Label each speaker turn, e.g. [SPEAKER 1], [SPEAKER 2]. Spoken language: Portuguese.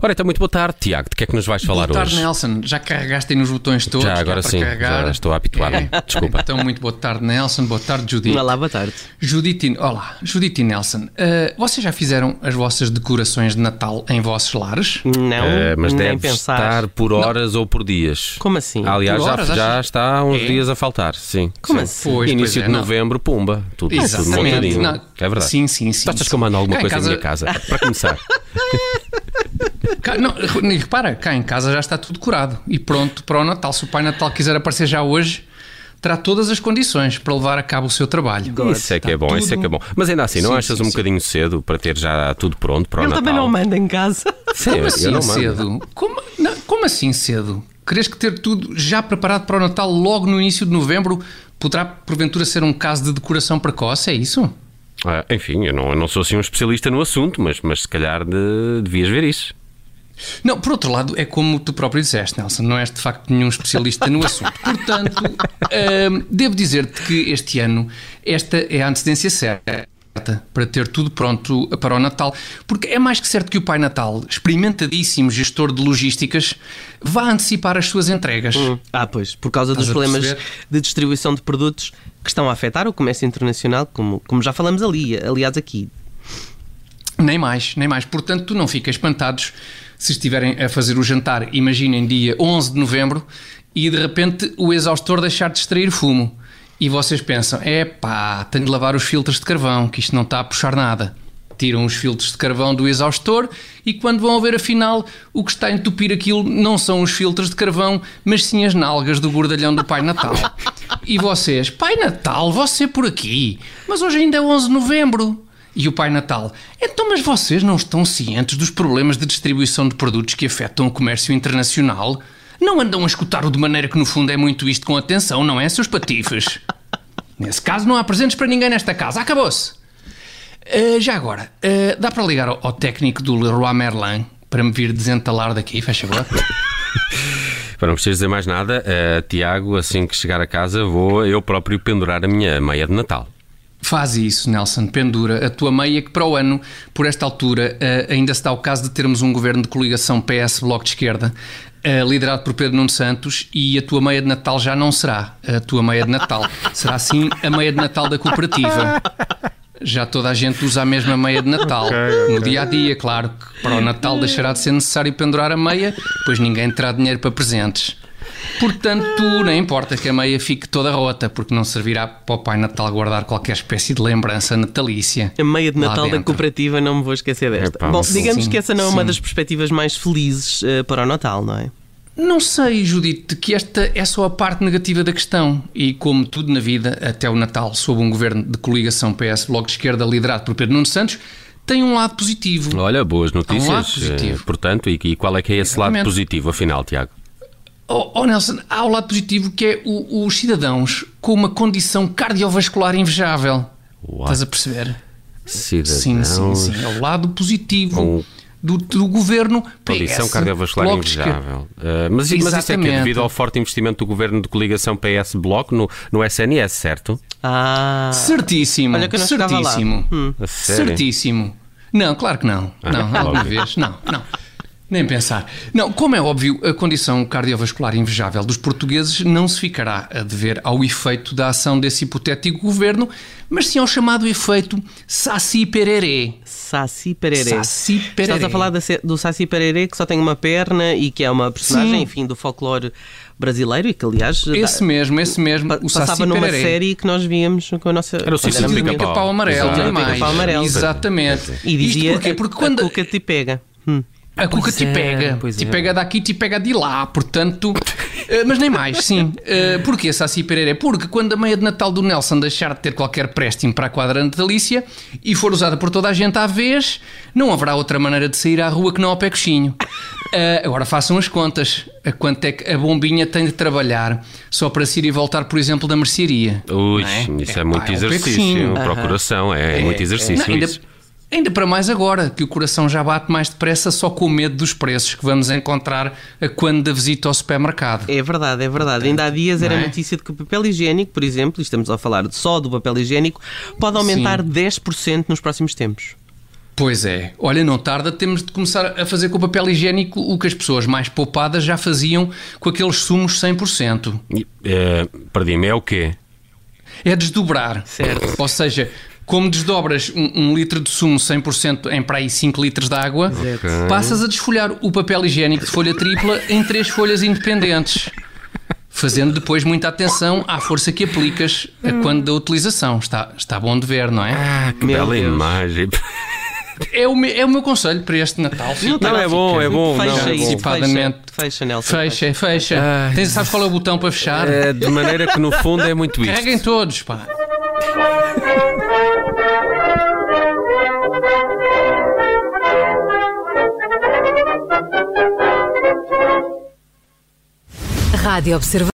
[SPEAKER 1] Ora, então, muito boa tarde, Tiago. De que é que nos vais falar
[SPEAKER 2] boa tarde,
[SPEAKER 1] hoje?
[SPEAKER 2] Nelson. Já carregaste aí nos botões todos?
[SPEAKER 1] Já
[SPEAKER 2] que há
[SPEAKER 1] agora
[SPEAKER 2] para
[SPEAKER 1] sim,
[SPEAKER 2] carregar.
[SPEAKER 1] já estou a habituar-me.
[SPEAKER 3] É.
[SPEAKER 1] Desculpa.
[SPEAKER 2] Então, muito boa tarde, Nelson. Boa tarde, Judith.
[SPEAKER 3] Olá, boa tarde.
[SPEAKER 2] Judith e- Olá, Judith e Nelson. Ah, vocês já fizeram as vossas decorações de Natal em vossos lares?
[SPEAKER 3] Não,
[SPEAKER 1] Eh, mas
[SPEAKER 3] É um nem
[SPEAKER 1] deve
[SPEAKER 3] pensar.
[SPEAKER 1] estar por horas ou por dias.
[SPEAKER 3] Como assim?
[SPEAKER 1] Aliás,
[SPEAKER 2] Por horas,
[SPEAKER 1] já, já
[SPEAKER 2] achas?
[SPEAKER 1] está há uns
[SPEAKER 2] É?
[SPEAKER 1] dias a faltar, sim.
[SPEAKER 3] Como
[SPEAKER 1] Sim.
[SPEAKER 3] assim?
[SPEAKER 2] Pois,
[SPEAKER 1] Início
[SPEAKER 2] pois é,
[SPEAKER 1] de
[SPEAKER 2] não.
[SPEAKER 1] novembro, pumba. Tudo, tudo
[SPEAKER 2] Exatamente.
[SPEAKER 1] montadinho.
[SPEAKER 2] Não,
[SPEAKER 1] É verdade.
[SPEAKER 2] Sim, sim, sim.
[SPEAKER 1] Tu achas
[SPEAKER 2] sim.
[SPEAKER 1] que eu mando alguma
[SPEAKER 2] Cá em
[SPEAKER 1] coisa
[SPEAKER 2] casa-
[SPEAKER 1] na minha casa? Para começar.
[SPEAKER 2] Cá, não, re- repara, cá em casa já está tudo decorado e pronto para o Natal. Se o Pai Natal quiser aparecer já hoje, terá todas as condições para levar a cabo o seu trabalho.
[SPEAKER 1] Isso é que é bom, isso é que é bom. Mas ainda assim, não
[SPEAKER 2] Sim,
[SPEAKER 1] achas
[SPEAKER 2] sim,
[SPEAKER 1] um
[SPEAKER 2] sim.
[SPEAKER 1] bocadinho cedo para ter já tudo pronto para o
[SPEAKER 3] Ele
[SPEAKER 1] Natal?
[SPEAKER 3] também não manda em casa.
[SPEAKER 1] Sim,
[SPEAKER 2] Como
[SPEAKER 1] eu
[SPEAKER 2] assim
[SPEAKER 1] não mando.
[SPEAKER 2] cedo? Como, não, como assim cedo? Queres que ter tudo já preparado para o Natal logo no início de novembro poderá porventura ser um caso de decoração precoce, é isso?
[SPEAKER 1] Ah, enfim, eu não, eu não sou assim um especialista no assunto, mas, mas se calhar de- devias ver isso.
[SPEAKER 2] Não, por outro lado, é como tu próprio disseste, Nelson, não és de facto nenhum especialista no assunto. Portanto, hum, devo dizer-te que este ano esta é a antecedência certa para ter tudo pronto para o Natal, porque é mais que certo que o Pai Natal, experimentadíssimo gestor de logísticas, vá antecipar as suas entregas.
[SPEAKER 1] Hum.
[SPEAKER 3] Ah, pois, por causa dos
[SPEAKER 2] Estás a
[SPEAKER 3] problemas
[SPEAKER 2] perceber?
[SPEAKER 3] de distribuição de produtos que estão a afetar o comércio internacional, como, como já falamos ali, aliás, aqui.
[SPEAKER 2] Nem mais, nem mais. Portanto, tu não fica espantados se estiverem a fazer o jantar, imaginem dia 11 de novembro, e de repente o exaustor deixar de extrair fumo. E vocês pensam, epá, tenho de lavar os filtros de carvão, que isto não está a puxar nada. Tiram os filtros de carvão do exaustor e quando vão ver afinal, o que está a entupir aquilo não são os filtros de carvão, mas sim as nalgas do gordalhão do Pai Natal. E vocês, Pai Natal, você por aqui, mas hoje ainda é 11 de novembro. E o Pai Natal? Então, mas vocês não estão cientes dos problemas de distribuição de produtos que afetam o comércio internacional? Não andam a escutar-o de maneira que, no fundo, é muito isto com atenção, não é, seus patifes? Nesse caso, não há presentes para ninguém nesta casa. Acabou-se. Ah, já agora, ah, dá para ligar ao, ao técnico do Leroy Merlin para me vir desentalar daqui, faz favor?
[SPEAKER 1] Para não precisas dizer mais nada, eh, Tiago, assim que chegar a casa, vou eu próprio pendurar a minha meia de Natal.
[SPEAKER 2] Faz isso, Nelson. Pendura a tua meia que para o ano, por esta altura, eh, ainda está o caso de termos um governo de coligação PS Bloco de Esquerda, eh, liderado por Pedro Nuno Santos, e a tua meia de Natal já não será a tua meia de Natal. Será sim a meia de Natal da cooperativa. Já toda a gente usa a mesma meia de Natal. No dia a dia, claro, que para o Natal deixará de ser necessário pendurar a meia, pois ninguém terá dinheiro para presentes. Portanto, não importa que a meia fique toda rota, porque não servirá para o Pai Natal guardar qualquer espécie de lembrança natalícia.
[SPEAKER 3] A meia de
[SPEAKER 2] lá
[SPEAKER 3] Natal da
[SPEAKER 2] dentro.
[SPEAKER 3] cooperativa, não me vou esquecer desta.
[SPEAKER 1] Epá,
[SPEAKER 3] Bom,
[SPEAKER 1] sim.
[SPEAKER 3] digamos que essa não é uma
[SPEAKER 2] Sim.
[SPEAKER 3] das perspectivas mais felizes eh, para o Natal, não é?
[SPEAKER 2] Não sei, Judite, que esta é só a parte negativa da questão. E como tudo na vida, até o Natal, sob um governo de coligação PS Bloco de Esquerda, liderado por Pedro Nuno Santos, tem um lado positivo.
[SPEAKER 1] Olha, boas
[SPEAKER 2] um lado
[SPEAKER 1] notícias. eh,
[SPEAKER 2] positivo.
[SPEAKER 1] portanto, e, e qual é que é esse lado
[SPEAKER 2] Exatamente.
[SPEAKER 1] positivo, afinal, Tiago?
[SPEAKER 2] Oh, oh, Nelson, há o lado positivo que é o- os cidadãos com uma condição cardiovascular invejável.
[SPEAKER 1] Uau.
[SPEAKER 2] Estás a perceber?
[SPEAKER 1] Cidadãos.
[SPEAKER 2] Sim, sim, sim. É o lado positivo do, do governo
[SPEAKER 1] Condição
[SPEAKER 2] PS,
[SPEAKER 1] cardiovascular
[SPEAKER 2] Bloco de Esquerda.
[SPEAKER 1] invejável. Eh, mas, mas isso é que é
[SPEAKER 2] Exatamente.
[SPEAKER 1] devido ao forte investimento do governo de coligação PS Bloco no, no SNS, certo?
[SPEAKER 3] Ah,
[SPEAKER 2] Certíssimo.
[SPEAKER 3] Olha que eu não chegava lá. Hum.
[SPEAKER 2] certíssimo.
[SPEAKER 1] A sério?
[SPEAKER 2] Certíssimo. Não, claro que não. Não,
[SPEAKER 1] Ah,
[SPEAKER 2] alguma
[SPEAKER 1] ok.
[SPEAKER 2] vez. Não, não. Nem pensar. Não, como é óbvio, a condição cardiovascular invejável dos portugueses não se ficará a dever ao efeito da ação desse hipotético governo, mas sim ao chamado efeito Saci Pererê.
[SPEAKER 3] Saci Pererê.
[SPEAKER 2] Saci Pererê.
[SPEAKER 3] Estás a falar da se- do Saci Pererê, que só tem uma perna e que é uma personagem,
[SPEAKER 2] Sim.
[SPEAKER 3] enfim, do folclore brasileiro e que, aliás,
[SPEAKER 2] Esse
[SPEAKER 3] dá-
[SPEAKER 2] mesmo, esse mesmo, o
[SPEAKER 3] passava
[SPEAKER 2] Saci
[SPEAKER 3] numa
[SPEAKER 2] Pererê.
[SPEAKER 3] série que nós víamos com a nossa.
[SPEAKER 1] Era o
[SPEAKER 3] quando
[SPEAKER 1] sítio do
[SPEAKER 3] éramos
[SPEAKER 1] Pica-Pau.
[SPEAKER 3] miúdos.
[SPEAKER 2] Pica-pau amarelo,
[SPEAKER 1] Exato.
[SPEAKER 2] nem mais.
[SPEAKER 3] Pica-pau amarelo.
[SPEAKER 2] Exatamente.
[SPEAKER 3] E dizia
[SPEAKER 2] Isto porquê?
[SPEAKER 3] a-
[SPEAKER 2] Porque quando
[SPEAKER 3] a cuca te pega. Hum.
[SPEAKER 2] A cuca
[SPEAKER 1] Pois
[SPEAKER 2] te
[SPEAKER 1] é,
[SPEAKER 2] pega,
[SPEAKER 1] pois
[SPEAKER 2] te
[SPEAKER 1] é.
[SPEAKER 2] pega daqui, te pega de lá, portanto. eh, mas nem mais, sim. Eh, porquê Saci Pereira? Porque quando a meia de Natal do Nelson deixar de ter qualquer préstimo para a quadra natalícia e for usada por toda a gente à vez, não haverá outra maneira de sair à rua que não ao pé coxinho. Eh, agora façam as contas. A quanto é que a bombinha tem de trabalhar só para se ir e voltar, por exemplo, da mercearia?
[SPEAKER 1] Ui,
[SPEAKER 2] Não é?
[SPEAKER 1] isso é,
[SPEAKER 2] Epá,
[SPEAKER 1] muito
[SPEAKER 2] é um
[SPEAKER 1] exercício,
[SPEAKER 2] pecozinho.
[SPEAKER 1] procuração, é, muito exercício
[SPEAKER 2] Não, ainda,
[SPEAKER 1] isso.
[SPEAKER 2] Ainda para mais agora, que o coração já bate mais depressa só com o medo dos preços que vamos encontrar a quando da visita ao supermercado.
[SPEAKER 3] É verdade, é verdade. Ainda há dias era
[SPEAKER 2] não é?
[SPEAKER 3] notícia de que o papel higiênico, por exemplo, e estamos a falar só do papel higiênico, pode aumentar 10% nos próximos tempos.
[SPEAKER 2] Pois é. Olha, não tarda, temos de começar a fazer com o papel higiênico o que as pessoas mais poupadas já faziam com aqueles sumos 100%.
[SPEAKER 1] E, eh, Perdi-me, é o quê?
[SPEAKER 2] É desdobrar.
[SPEAKER 3] Certo.
[SPEAKER 2] Ou seja, como desdobras um, um litro de sumo 100% em para aí 5 litros de água, passas a desfolhar o papel higiênico de folha tripla em três folhas independentes. Fazendo depois muita atenção à força que aplicas a quando da utilização. Está, está bom de ver, não é?
[SPEAKER 1] Ah, que
[SPEAKER 3] Meu
[SPEAKER 1] bela
[SPEAKER 3] Deus.
[SPEAKER 1] imagem.
[SPEAKER 2] É o, me- é o meu conselho para este Natal.
[SPEAKER 3] Não,
[SPEAKER 1] Não, é bom, é bom.
[SPEAKER 3] Fecha
[SPEAKER 1] não, é
[SPEAKER 3] isso,
[SPEAKER 1] bom.
[SPEAKER 2] Antecipadamente.
[SPEAKER 3] fecha, fecha, Nelson.
[SPEAKER 2] Fecha, fecha. Tens, sabes qual é o botão para fechar?
[SPEAKER 1] Eh, de maneira que, no fundo, é muito isto.
[SPEAKER 2] Carreguem todos, pá.
[SPEAKER 4] Rádio Observador.